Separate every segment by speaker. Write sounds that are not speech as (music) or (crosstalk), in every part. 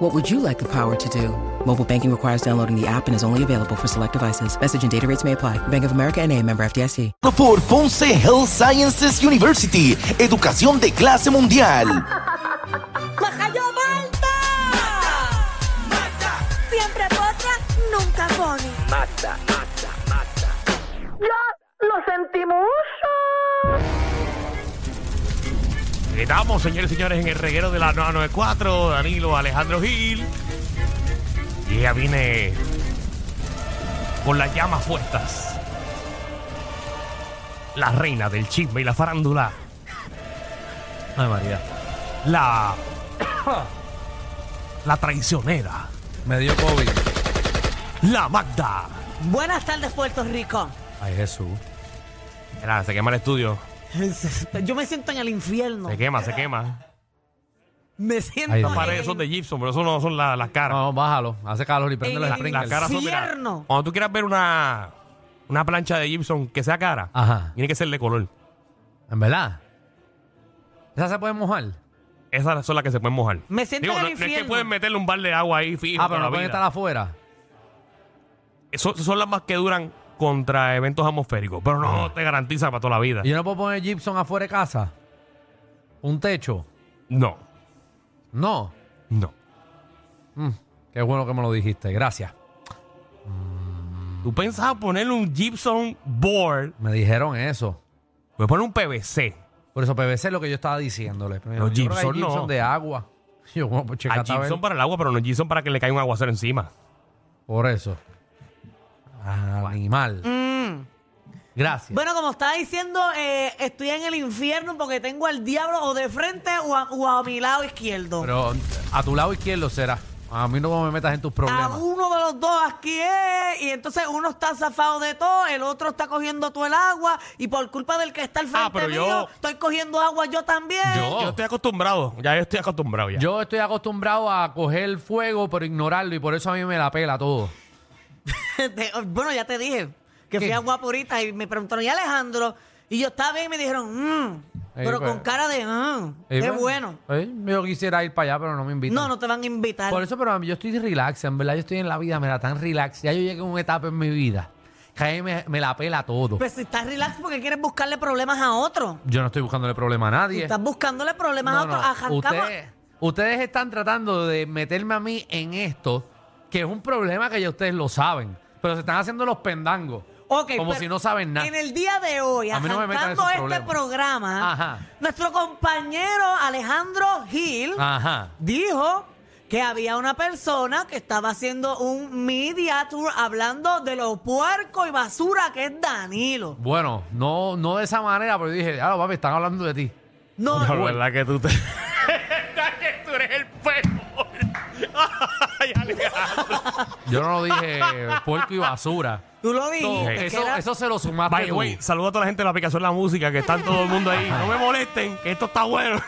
Speaker 1: What would you like the power to do? Mobile banking requires downloading the app and is only available for select devices. Message and data rates may apply. Bank of America and a member FDIC.
Speaker 2: por Ponce Health Sciences University, educación de clase mundial.
Speaker 3: ¡Majayo Malta! Siempre potra, nunca pone. ¡Ya lo sentimos!
Speaker 4: Estamos, señores y señores, en el reguero de la 994, Danilo Alejandro Gil. Y ella viene con las llamas puestas. La reina del chisme y la farándula. Ay, María. La. (coughs) La traicionera.
Speaker 5: Me dio COVID.
Speaker 4: La Magda.
Speaker 6: Buenas tardes, Puerto Rico.
Speaker 5: Ay, Jesús.
Speaker 4: Mira, se quema el estudio.
Speaker 6: Yo me siento en el infierno.
Speaker 4: Se quema, se quema.
Speaker 6: Me siento
Speaker 5: Ay,
Speaker 6: en
Speaker 5: Dios.
Speaker 4: Las paredes son de gypsum, pero eso no son la- las caras.
Speaker 5: No, bájalo. Hace calor y prende
Speaker 6: En
Speaker 5: la
Speaker 6: el-
Speaker 5: sprinkler.
Speaker 4: Eh, Las caras son, mira,
Speaker 6: Infierno.
Speaker 4: Cuando tú quieras ver una, una plancha de gypsum que sea cara,
Speaker 5: Ajá.
Speaker 4: tiene que ser de color.
Speaker 5: ¿En verdad? ¿Esa se puede mojar?
Speaker 4: Esas son las que se pueden mojar.
Speaker 6: Me siento
Speaker 4: Digo,
Speaker 6: en
Speaker 4: no,
Speaker 6: el
Speaker 4: no es que
Speaker 6: infierno.
Speaker 4: pueden meterle un bar de agua ahí fijo.
Speaker 5: ah, pero
Speaker 4: toda
Speaker 5: no
Speaker 4: la
Speaker 5: pueden
Speaker 4: vida.
Speaker 5: estar afuera.
Speaker 4: Eso- son las más que duran contra eventos atmosféricos. Pero no te garantiza para toda la vida.
Speaker 5: ¿Y yo no puedo poner gypsum afuera de casa? ¿Un techo?
Speaker 4: No,
Speaker 5: No.
Speaker 4: no.
Speaker 5: Mm, qué bueno que me lo dijiste. Gracias.
Speaker 4: Tú pensabas ponerle un gypsum board.
Speaker 5: Me dijeron eso.
Speaker 4: Pues poner un PVC.
Speaker 5: Por eso PVC es lo que yo estaba diciéndole. Primero,
Speaker 4: Los
Speaker 5: yo creo que
Speaker 4: gypsum
Speaker 5: hay gypsum
Speaker 4: no.
Speaker 5: de agua. (laughs) Yo, bueno, pues
Speaker 4: A
Speaker 5: checate a ver.
Speaker 4: gypsum para el agua, pero no gypsum para que le caiga un aguacero encima.
Speaker 5: Por eso. Ah, animal.
Speaker 6: Mm.
Speaker 5: Gracias.
Speaker 6: Bueno, como estaba diciendo, eh, estoy en el infierno porque tengo al diablo o de frente o a, o a mi lado izquierdo.
Speaker 5: Pero a tu lado izquierdo será. A mí no me metas en tus
Speaker 6: a
Speaker 5: problemas.
Speaker 6: uno de los dos aquí es, y entonces uno está zafado de todo, el otro está cogiendo todo el agua, y por culpa del que está al frente
Speaker 4: Ah, pero
Speaker 6: mío,
Speaker 4: yo-
Speaker 6: estoy cogiendo agua yo también.
Speaker 5: Yo.
Speaker 4: Yo estoy acostumbrado. Ya yo estoy acostumbrado ya.
Speaker 5: Yo estoy acostumbrado a coger fuego pero ignorarlo y por eso a mí me la pela todo.
Speaker 6: (laughs) Te- bueno, ya te dije que
Speaker 5: ¿Qué?
Speaker 6: fui a agua purita y me preguntaron, ¿y Alejandro? Y yo estaba bien y me dijeron, "Mm",
Speaker 5: Ahí
Speaker 6: pero
Speaker 5: fue.
Speaker 6: con cara de, "Ah,
Speaker 5: Eh,
Speaker 6: qué bueno.
Speaker 5: eh, yo quisiera ir para allá, pero no me invitan.
Speaker 6: No, no te van a invitar.
Speaker 5: Por eso, pero yo estoy relax, en verdad yo estoy en la vida, me la tan relax. Ya yo llegué a una etapa en mi vida que a mí me, me la pela todo.
Speaker 6: Pues si estás relax porque quieres buscarle problemas a otro.
Speaker 5: Yo no estoy buscándole problema a
Speaker 6: Si
Speaker 5: nadie.
Speaker 6: estás buscándole problemas a
Speaker 5: No,
Speaker 6: otro,
Speaker 5: no.
Speaker 6: arrancamos.
Speaker 5: Ustedes, ustedes están tratando de meterme a mí en esto, que es un problema que ya ustedes lo saben, pero se están haciendo los pendangos.
Speaker 6: Ok,
Speaker 5: como
Speaker 6: pero
Speaker 5: si no saben nada.
Speaker 6: En el día de hoy,
Speaker 5: A mí no me metan
Speaker 6: arrancando
Speaker 5: esos
Speaker 6: este
Speaker 5: problemas.
Speaker 6: programa,
Speaker 5: Ajá. Ah.
Speaker 6: nuestro compañero Alejandro Gil
Speaker 5: Ajá.
Speaker 6: dijo que había una persona que estaba haciendo un media tour hablando de lo puerco y basura que es Danilo.
Speaker 5: Bueno, no, no de esa manera, pero yo dije, ah, papi, están hablando de ti.
Speaker 6: No,
Speaker 4: La verdad que tú te. (laughs) La verdad que tú eres el peor. Ay, Alejandro.
Speaker 5: Yo no lo dije puerco y basura.
Speaker 6: tú lo
Speaker 5: No,
Speaker 6: dijiste. que
Speaker 5: eso,
Speaker 6: era-
Speaker 5: eso se lo sumaste
Speaker 4: By the
Speaker 5: tú.
Speaker 4: way, saludo a toda la gente de la aplicación La Música, que están todo el mundo ahí. No me molesten, que esto está bueno.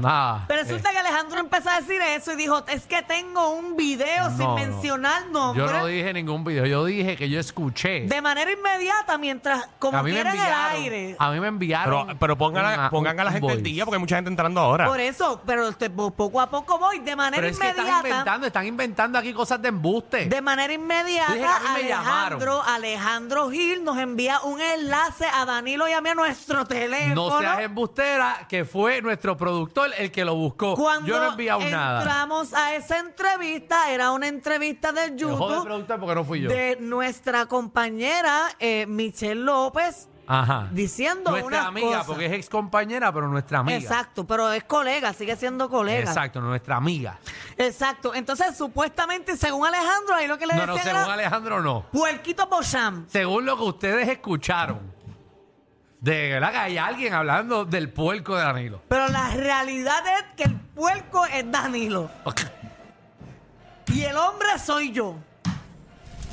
Speaker 5: Nada.
Speaker 6: Pero
Speaker 5: Eh,
Speaker 6: resulta que Alejandro empezó a decir eso y dijo, es que tengo un video sin
Speaker 5: no, no.
Speaker 6: mencionar nombre.
Speaker 5: Yo no dije ningún video. Yo dije que yo escuché.
Speaker 6: De manera inmediata, mientras como
Speaker 5: a mí me
Speaker 6: quiera en el
Speaker 5: enviaron. Ah.
Speaker 6: aire.
Speaker 5: A mí me enviaron.
Speaker 4: Pero, pero pongan, a,
Speaker 5: una-
Speaker 4: pongan a la
Speaker 5: un
Speaker 4: gente el
Speaker 5: voice.
Speaker 4: día, porque hay mucha gente entrando ahora.
Speaker 6: Por eso, pero te- po- poco a poco voy. De manera
Speaker 5: Pero es que están
Speaker 6: inmediata.
Speaker 5: inventando, están inventando aquí cosas de embuste.
Speaker 6: De manera inmediata,
Speaker 5: Dije, a mí me
Speaker 6: Alejandro,
Speaker 5: llamaron.
Speaker 6: Alejandro Gil nos envía un enlace a Danilo y a mí a nuestro teléfono.
Speaker 5: no seas embustera, que fue nuestro productor el que lo buscó.
Speaker 6: Cuando
Speaker 5: yo no he enviado nada.
Speaker 6: entramos a esa entrevista, era una entrevista de
Speaker 5: Me jode el
Speaker 6: YouTube
Speaker 5: productor porque no fui yo.
Speaker 6: de nuestra compañera eh, Michelle López
Speaker 5: Ajá.
Speaker 6: diciendo
Speaker 5: Nuestra
Speaker 6: unas
Speaker 5: amiga,
Speaker 6: cosas.
Speaker 5: porque es ex compañera, pero nuestra amiga.
Speaker 6: Exacto, pero es colega, sigue siendo colega.
Speaker 5: Exacto, nuestra amiga.
Speaker 6: Exacto. Entonces, supuestamente, según Alejandro, ahí lo que le
Speaker 5: No,
Speaker 6: decían
Speaker 5: no, según
Speaker 6: era
Speaker 5: Alejandro no.
Speaker 6: puerquito bocham.
Speaker 5: Según lo que ustedes escucharon, de verdad que hay alguien hablando del puerco de Danilo. (laughs)
Speaker 6: Pero la realidad es que el puerco es Danilo y el hombre soy yo.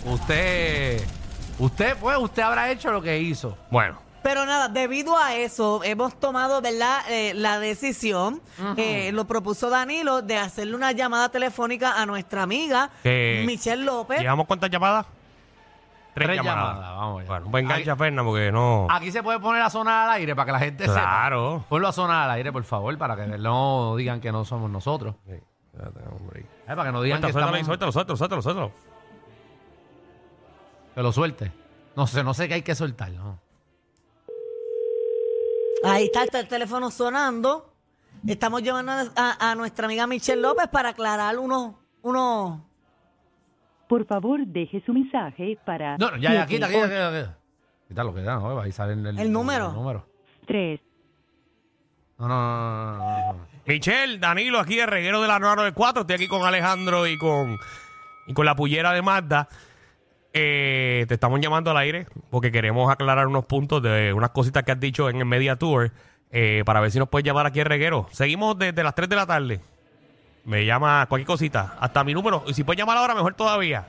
Speaker 5: Usted Usted, pues, usted habrá hecho lo que hizo.
Speaker 4: Bueno,
Speaker 6: Pero nada, debido a eso, hemos tomado, ¿verdad?, eh, la decisión, eh, lo propuso Danilo, de hacerle una llamada telefónica a nuestra amiga
Speaker 4: Que-
Speaker 6: Michelle López.
Speaker 4: ¿llevamos cuántas llamadas? Tres,
Speaker 5: Tres
Speaker 4: llamadas.
Speaker 5: llamadas, vamos ya.
Speaker 4: Bueno, pues engancha, Ferna, porque no...
Speaker 5: Aquí se puede poner a sonar al aire para que la gente sepa.
Speaker 4: Claro.
Speaker 5: Ponlo a sonar al aire, por favor, para que no digan que no somos nosotros.
Speaker 4: Sí, espérate, hombre.
Speaker 5: Eh, Para que no digan
Speaker 4: Suéltalo,
Speaker 5: que,
Speaker 4: suéltalo, suéltalo,
Speaker 5: estamos-
Speaker 4: suéltalo, suéltalo, suéltalo.
Speaker 5: que lo suelte. No sé, no sé qué hay que soltar. ¿no?
Speaker 6: Ahí está, está el teléfono sonando. Estamos llamando a, a- a nuestra amiga Michelle López para aclarar unos... unos
Speaker 7: Por favor, deje su mensaje para
Speaker 5: No, no, ya, ya, quita, quita, quita. quita. Quítalo, quita, no, va a sale el,
Speaker 6: El número.
Speaker 5: el número.
Speaker 7: 3
Speaker 5: No, no, no, no, no, no, no.
Speaker 4: Michelle, Danilo, aquí el reguero de la 994. Estoy aquí con Alejandro y con, y con la pullera de Mazda. Eh, te estamos llamando al aire porque queremos aclarar unos puntos de unas cositas que has dicho en el Media Tour eh, para ver si nos puedes llamar aquí el reguero. Seguimos desde las 3 de la tarde. Me llama cualquier cosita, hasta mi número. Y si puedes llamar ahora, mejor todavía.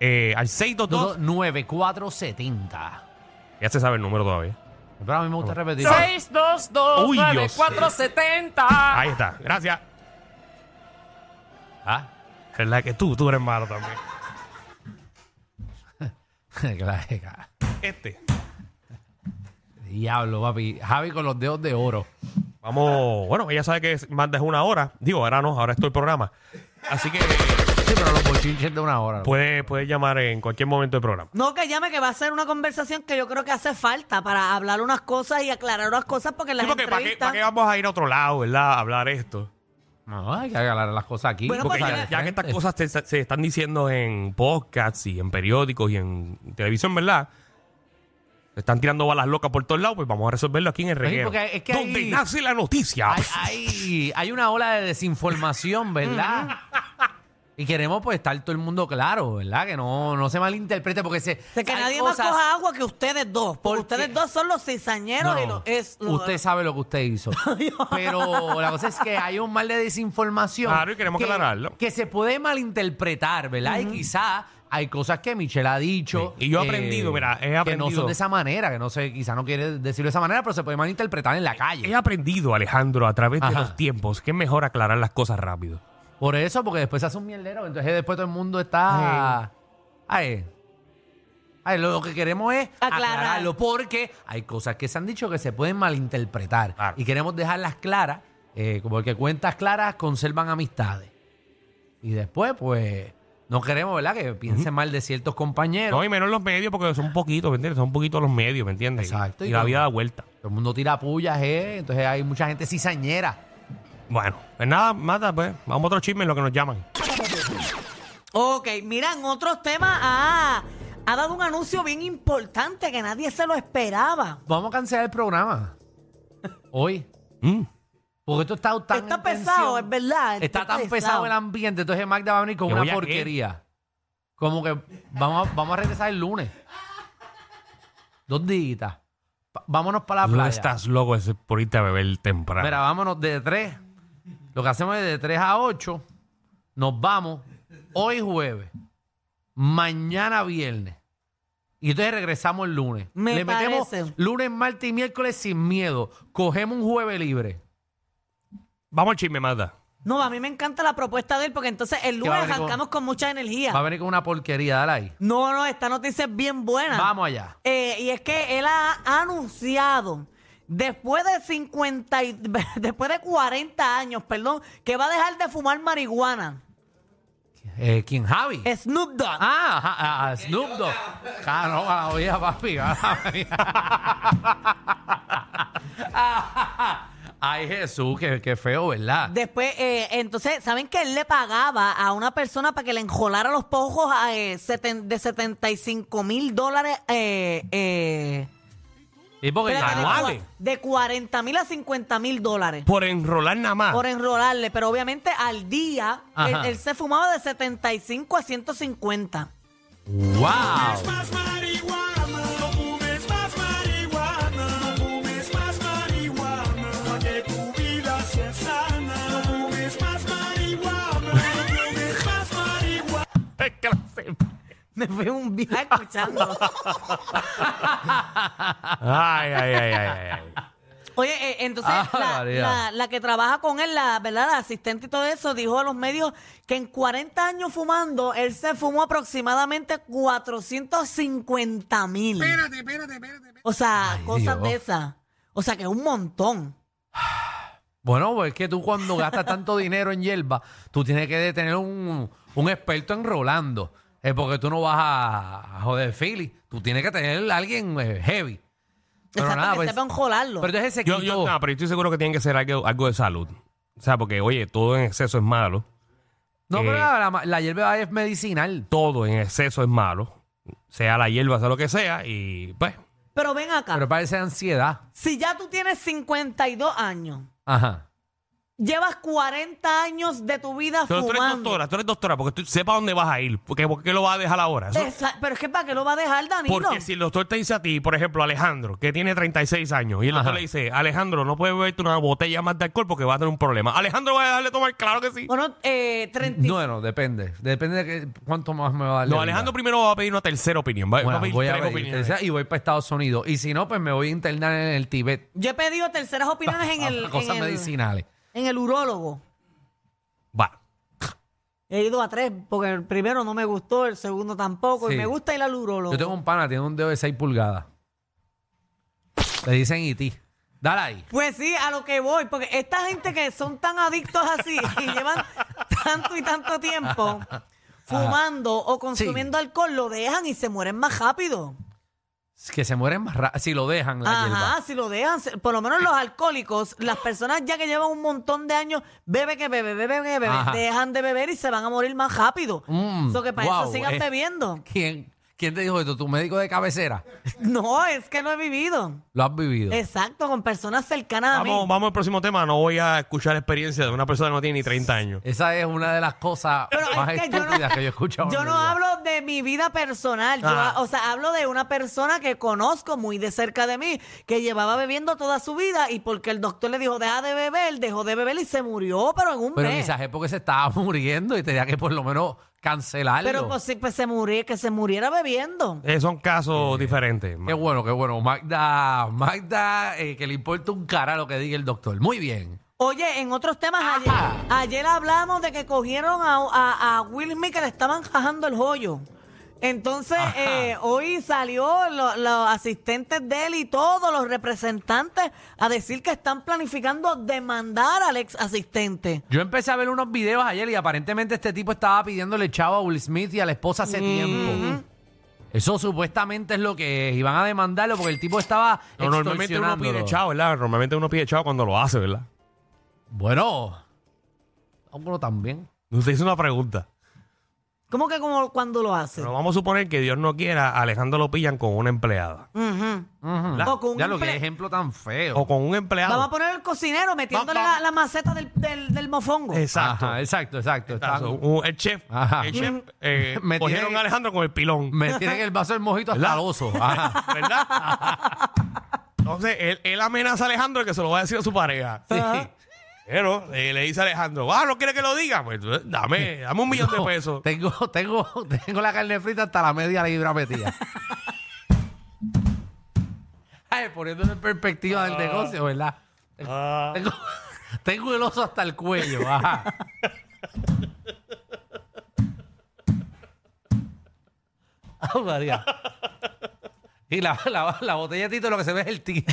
Speaker 4: Eh, al 622.
Speaker 5: 9470.
Speaker 4: Ya se sabe el número todavía.
Speaker 5: Pero a mí me gusta repetir.
Speaker 8: 622
Speaker 4: Uy, yo
Speaker 8: 9470
Speaker 4: Ahí está. Gracias.
Speaker 5: Ah, (laughs)
Speaker 4: ¿Verdad que tú, tú eres malo también?
Speaker 5: que la- que la-
Speaker 4: Este.
Speaker 5: Diablo, papi. Javi con los dedos de oro.
Speaker 4: Vamos, bueno, ella sabe que es- manda es una hora. Digo, ahora no, ahora es todo el programa. Así que
Speaker 5: Sí, pero los bochinches de una hora.
Speaker 4: puede, puede llamar en cualquier momento del programa.
Speaker 6: No, que llame, que va a ser una conversación que yo creo que hace falta para hablar unas cosas y aclarar unas cosas porque las
Speaker 4: Sí, porque ¿para qué,
Speaker 6: entrevistas...
Speaker 4: pa' qué vamos a ir a otro lado, verdad? A hablar esto.
Speaker 5: No, hay que aclarar las cosas aquí.
Speaker 6: Bueno,
Speaker 4: Porque
Speaker 6: pues,
Speaker 4: ya,
Speaker 6: ya-
Speaker 4: ya que estas cosas te- se están diciendo en podcasts y en periódicos y en televisión, ¿verdad? Se están tirando balas locas por todos lados, pues vamos a resolverlo aquí en el reguero.
Speaker 5: porque es que
Speaker 4: donde
Speaker 5: ahí-
Speaker 4: nace la noticia.
Speaker 5: Hay, hay- hay una ola de desinformación, (laughs) ¿verdad? Y queremos pues estar todo el mundo claro, ¿verdad? Que no, no se malinterprete porque se...
Speaker 6: De que
Speaker 5: hay
Speaker 6: nadie
Speaker 5: cosas-
Speaker 6: más coja agua que ustedes dos. Porque
Speaker 5: Porque-
Speaker 6: ustedes dos son los cizañeros y
Speaker 5: No,
Speaker 6: los. Es, los-
Speaker 5: usted sabe lo que usted
Speaker 6: (laughs)
Speaker 5: hizo. Pero la cosa es que hay un mal de desinformación.
Speaker 4: Claro, y queremos aclararlo.
Speaker 5: Que se puede malinterpretar, ¿verdad? Y quizá hay cosas que Michelle ha dicho.
Speaker 4: Sí, y yo he
Speaker 5: eh,
Speaker 4: aprendido, mira, he
Speaker 5: Que no
Speaker 4: aprendido.
Speaker 5: son de esa manera, que no sé, quizá no quiere decirlo de esa manera, pero se puede malinterpretar en la calle.
Speaker 4: He aprendido, Alejandro, a través de
Speaker 5: Ajá.
Speaker 4: los tiempos, que es mejor aclarar las cosas rápido.
Speaker 5: Por eso, porque después se hace un mierdero, entonces después todo el mundo está... Ay. Ay, lo que queremos es
Speaker 6: Aclarar.
Speaker 5: aclararlo, porque hay cosas que se han dicho que se pueden malinterpretar
Speaker 4: Claro.
Speaker 5: y queremos dejarlas claras, eh, porque cuentas claras conservan amistades. Y después, pues, no queremos, ¿verdad?, que piensen mal de ciertos compañeros.
Speaker 4: No, y menos los medios, porque son poquitos, ¿me entiendes? Son poquitos los medios, ¿me entiendes?
Speaker 5: Exacto.
Speaker 4: Y la vida da vuelta.
Speaker 5: Todo el mundo tira pullas, ¿eh? Entonces hay mucha gente cizañera.
Speaker 4: Bueno, pues nada, mata, pues. Vamos a otro chisme en lo que nos llaman.
Speaker 6: Ok, mira, en otros temas. Ah, ha dado un anuncio bien importante que nadie se lo esperaba.
Speaker 5: Vamos a cancelar el programa. Hoy.
Speaker 4: Mm.
Speaker 5: Porque esto está tan
Speaker 6: Está
Speaker 5: en
Speaker 6: pesado,
Speaker 5: tensión.
Speaker 6: es verdad.
Speaker 5: Está tan pesado el ambiente, entonces Magda va a venir con
Speaker 4: ¿Que voy
Speaker 5: una
Speaker 4: a qué?
Speaker 5: porquería. Como que vamos a, vamos a regresar el lunes. Dos días. vámonos para la
Speaker 4: No
Speaker 5: playa.
Speaker 4: estás loco es por irte a beber temprano.
Speaker 5: Mira, vámonos de tres. Lo que hacemos es de tres a ocho. Nos vamos hoy jueves, mañana viernes. Y entonces regresamos el lunes.
Speaker 6: Me
Speaker 5: Le metemos
Speaker 6: parece.
Speaker 5: lunes, martes y miércoles sin miedo. Cogemos un jueves libre.
Speaker 4: Vamos al chisme, mata.
Speaker 6: No, a mí me encanta la propuesta de él porque entonces el
Speaker 5: Que va a
Speaker 6: lunes
Speaker 5: venir con-
Speaker 6: arrancamos con mucha energía.
Speaker 5: Va a venir con una porquería, dale ahí.
Speaker 6: No, no, esta noticia es bien buena.
Speaker 5: Vamos allá.
Speaker 6: Eh, y es que él ha anunciado después de 50 y- (laughs) después de 40 años, perdón, que va a dejar de fumar marihuana.
Speaker 5: Eh, ¿Quién, Javi?
Speaker 6: Snoop Dogg.
Speaker 5: Ah, ajá, ah, ah, Snoop Dogg. Claro, a la olla, papi. a la olla. (laughs) Ay, Jesús, qué, qué feo, ¿verdad?
Speaker 6: Después, eh, entonces, ¿saben que él le pagaba a una persona para que le enjolara los pojos a, eh, seten- de 75 mil dólares eh, eh,
Speaker 5: Y porque
Speaker 6: espérate, de
Speaker 4: manuales.
Speaker 6: cua- de 40 mil a 50 mil dólares?
Speaker 4: Por enrolar nada más.
Speaker 6: por enrolarle, pero obviamente al día él,
Speaker 5: Ajá.
Speaker 6: él se fumaba de 75 a 150.
Speaker 5: ¡Wow!
Speaker 4: Es que la sepa.
Speaker 6: (laughs) Me fue un viaje escuchando.
Speaker 4: Ay, ay, ay, ay, ay.
Speaker 6: (laughs) Oye, eh, entonces
Speaker 5: Ah,
Speaker 6: la,
Speaker 5: María.
Speaker 6: la- la que trabaja con él, la verdad, la asistente y todo eso, dijo a los medios que en 40 años fumando, él se fumó aproximadamente 450 mil. Espérate, espérate, espérate. O sea,
Speaker 5: Ay,
Speaker 6: cosas
Speaker 5: Dios.
Speaker 6: de esas. O sea, que es un montón.
Speaker 5: Bueno, pues es que tú cuando gastas tanto dinero en hierba, tú tienes que tener un, un experto enrolando. Es porque tú no vas a, a joder Philly. Tú tienes que tener a alguien eh, heavy. Pero
Speaker 6: Exacto,
Speaker 5: nada,
Speaker 6: que
Speaker 5: pues-
Speaker 6: sepan jolarlo.
Speaker 5: Pero entonces se
Speaker 4: Yo,
Speaker 5: quitó.
Speaker 4: yo, no, pero yo estoy seguro que tiene que ser algo, algo de salud. O sea, porque, oye, todo en exceso es malo.
Speaker 5: no,
Speaker 4: eh,
Speaker 5: pero la, la- la hierba es medicinal.
Speaker 4: Todo en exceso es malo. Sea la hierba, sea lo que sea. Y, pues,
Speaker 6: Pero ven acá,
Speaker 5: Pero parece ansiedad.
Speaker 6: si ya tú tienes 52 años,
Speaker 5: Ajá.
Speaker 6: llevas 40 años de tu vida
Speaker 4: Pero tú eres
Speaker 6: fumando.
Speaker 4: doctora, tú eres doctora, porque tú sepa dónde vas a ir. Porque, ¿Por qué lo vas a dejar ahora? Eso-
Speaker 6: Esa- pero es que ¿para qué lo va a dejar, Danilo?
Speaker 4: porque si el doctor te dice a ti, por ejemplo, Alejandro, que tiene 36 años, y el doctor
Speaker 5: Ajá.
Speaker 4: le dice, Alejandro, no puedes beberte una botella más de alcohol porque vas a tener un problema. Alejandro va a dejarle tomar, claro que sí.
Speaker 6: Bueno, eh, 30
Speaker 5: No, no, depende. Depende de que- cuánto más me va a dar. la
Speaker 4: No,
Speaker 5: vida.
Speaker 4: Alejandro primero va a pedir una tercera opinión. Va, va
Speaker 5: Bueno,
Speaker 4: a pedir
Speaker 5: voy a
Speaker 4: tres
Speaker 5: ver,
Speaker 4: opiniones.
Speaker 5: esa- y voy para Estados Unidos. Y si no, pues me voy a internar en el Tíbet.
Speaker 6: Yo he pedido terceras opiniones
Speaker 5: (laughs)
Speaker 6: en el,
Speaker 5: cosas
Speaker 6: en, el
Speaker 5: medicinales.
Speaker 6: en el urólogo.
Speaker 4: Va.
Speaker 6: He ido a tres, porque el primero no me gustó, el segundo tampoco,
Speaker 5: Sí.
Speaker 6: y me gusta ir al urólogo.
Speaker 5: Yo tengo un pana, tiene un dedo de 6 pulgadas. Le dicen IT. Dale ahí.
Speaker 6: Pues sí, a lo que voy, porque esta gente que son tan adictos así (laughs) y llevan tanto y tanto
Speaker 5: (laughs)
Speaker 6: tiempo fumando o consumiendo alcohol, lo dejan y se mueren más rápido.
Speaker 5: Que se mueren más ra- Si lo dejan la hierba.
Speaker 6: Ajá, si lo dejan, se- por lo menos los alcohólicos, las personas ya que llevan un montón de años, bebe que bebe, bebe que bebe,
Speaker 5: Ajá.
Speaker 6: dejan de beber y se van a morir más rápido.
Speaker 5: Mm,
Speaker 6: so que para
Speaker 5: guau,
Speaker 6: eso sigan
Speaker 5: eh.
Speaker 6: bebiendo.
Speaker 5: (laughs) ¿Quién, ¿Quién te dijo esto? ¿Tu médico de cabecera?
Speaker 6: No, es que no he vivido.
Speaker 5: Lo has vivido.
Speaker 6: Exacto, con personas cercanas a mí.
Speaker 4: Vamos, vamos al próximo tema. No voy a escuchar experiencia de una persona que no tiene ni 30 años.
Speaker 5: Esa es una de las cosas
Speaker 6: Pero es
Speaker 5: más
Speaker 6: que yo no-
Speaker 5: estúpidas que yo he escuchado.
Speaker 6: (laughs) Yo
Speaker 5: en Ah. mi
Speaker 6: no
Speaker 5: vida.
Speaker 6: hablo de mi vida personal, yo,
Speaker 4: Ajá.
Speaker 6: o sea, hablo de una persona que conozco muy de cerca de mí, que llevaba bebiendo toda su vida y porque el doctor le dijo, deja de beber, dejó de beber y se murió, pero en un
Speaker 5: Pero
Speaker 6: mes.
Speaker 5: quizás es porque se estaba (laughs) muriendo y tenía que por lo menos cancelarlo.
Speaker 6: Pero pues, sí, pues, se murió, que se muriera bebiendo.
Speaker 4: Eh, son casos diferentes.
Speaker 5: Qué bueno, qué bueno. Magda, Magda, eh, que le importa un cara lo que diga el doctor. Muy bien.
Speaker 6: Oye, en otros temas, ayer,
Speaker 5: Ajá.
Speaker 6: ayer hablamos de que cogieron a, a, a Will Smith que le estaban jajando el joyo. Entonces, eh, hoy salió lo- los asistentes de él y todos los representantes a decir que están planificando demandar al ex asistente.
Speaker 5: Yo empecé a ver unos videos ayer y aparentemente este tipo estaba pidiéndole chavo a Will Smith y a la esposa hace
Speaker 6: Mm.
Speaker 5: tiempo. Eso supuestamente es lo que es. Y van a demandarlo porque el tipo estaba
Speaker 4: No, normalmente uno pide
Speaker 5: extorsionándolo.
Speaker 4: chao, ¿verdad? Normalmente uno pide chao cuando lo hace, ¿verdad?
Speaker 5: Bueno, hombre, también.
Speaker 4: Usted hizo una pregunta.
Speaker 6: ¿Cómo que como cuando lo hace?
Speaker 4: Pero vamos a suponer que Dios no quiera, a Alejandro lo pillan con una empleada.
Speaker 6: Ujú.
Speaker 5: Ujú.
Speaker 6: O con un
Speaker 5: Ya lo
Speaker 6: emple-
Speaker 5: que ejemplo tan feo.
Speaker 4: O con un
Speaker 6: Vamos a
Speaker 4: empleado.
Speaker 6: poner el cocinero metiéndole
Speaker 4: Va- va-
Speaker 6: la, la maceta del, del, del mofongo.
Speaker 4: Exacto.
Speaker 5: Ajá, exacto, exacto.
Speaker 4: Exacto.
Speaker 5: Están-
Speaker 4: Un- el chef.
Speaker 5: Ajá.
Speaker 4: El
Speaker 5: (laughs)
Speaker 4: chef. eh,
Speaker 5: Me
Speaker 4: cogieron
Speaker 5: tiene-
Speaker 4: a Alejandro con el pilón.
Speaker 5: (laughs) Me tienen el vaso del mojito hasta el oso. Ajá.
Speaker 4: ¿Verdad? Entonces, él, él amenaza a Alejandro que se lo va a decir a su pareja.
Speaker 5: Sí.
Speaker 4: Pero eh, le dice a Alejandro, ah, ¿no quiere que lo diga? Pues eh, dame, dame (laughs) un millón de pesos.
Speaker 5: Tengo, tengo, tengo la carne frita hasta la media
Speaker 4: (laughs)
Speaker 5: libra metida. Ay, poniéndolo en perspectiva del negocio, ¿verdad?
Speaker 4: Ah.
Speaker 5: Tengo, (laughs) tengo el oso hasta el cuello.
Speaker 4: (laughs)
Speaker 5: Ajá. (laughs) Ah, María. Y la, la, la botella de Tito lo que se ve es el tito.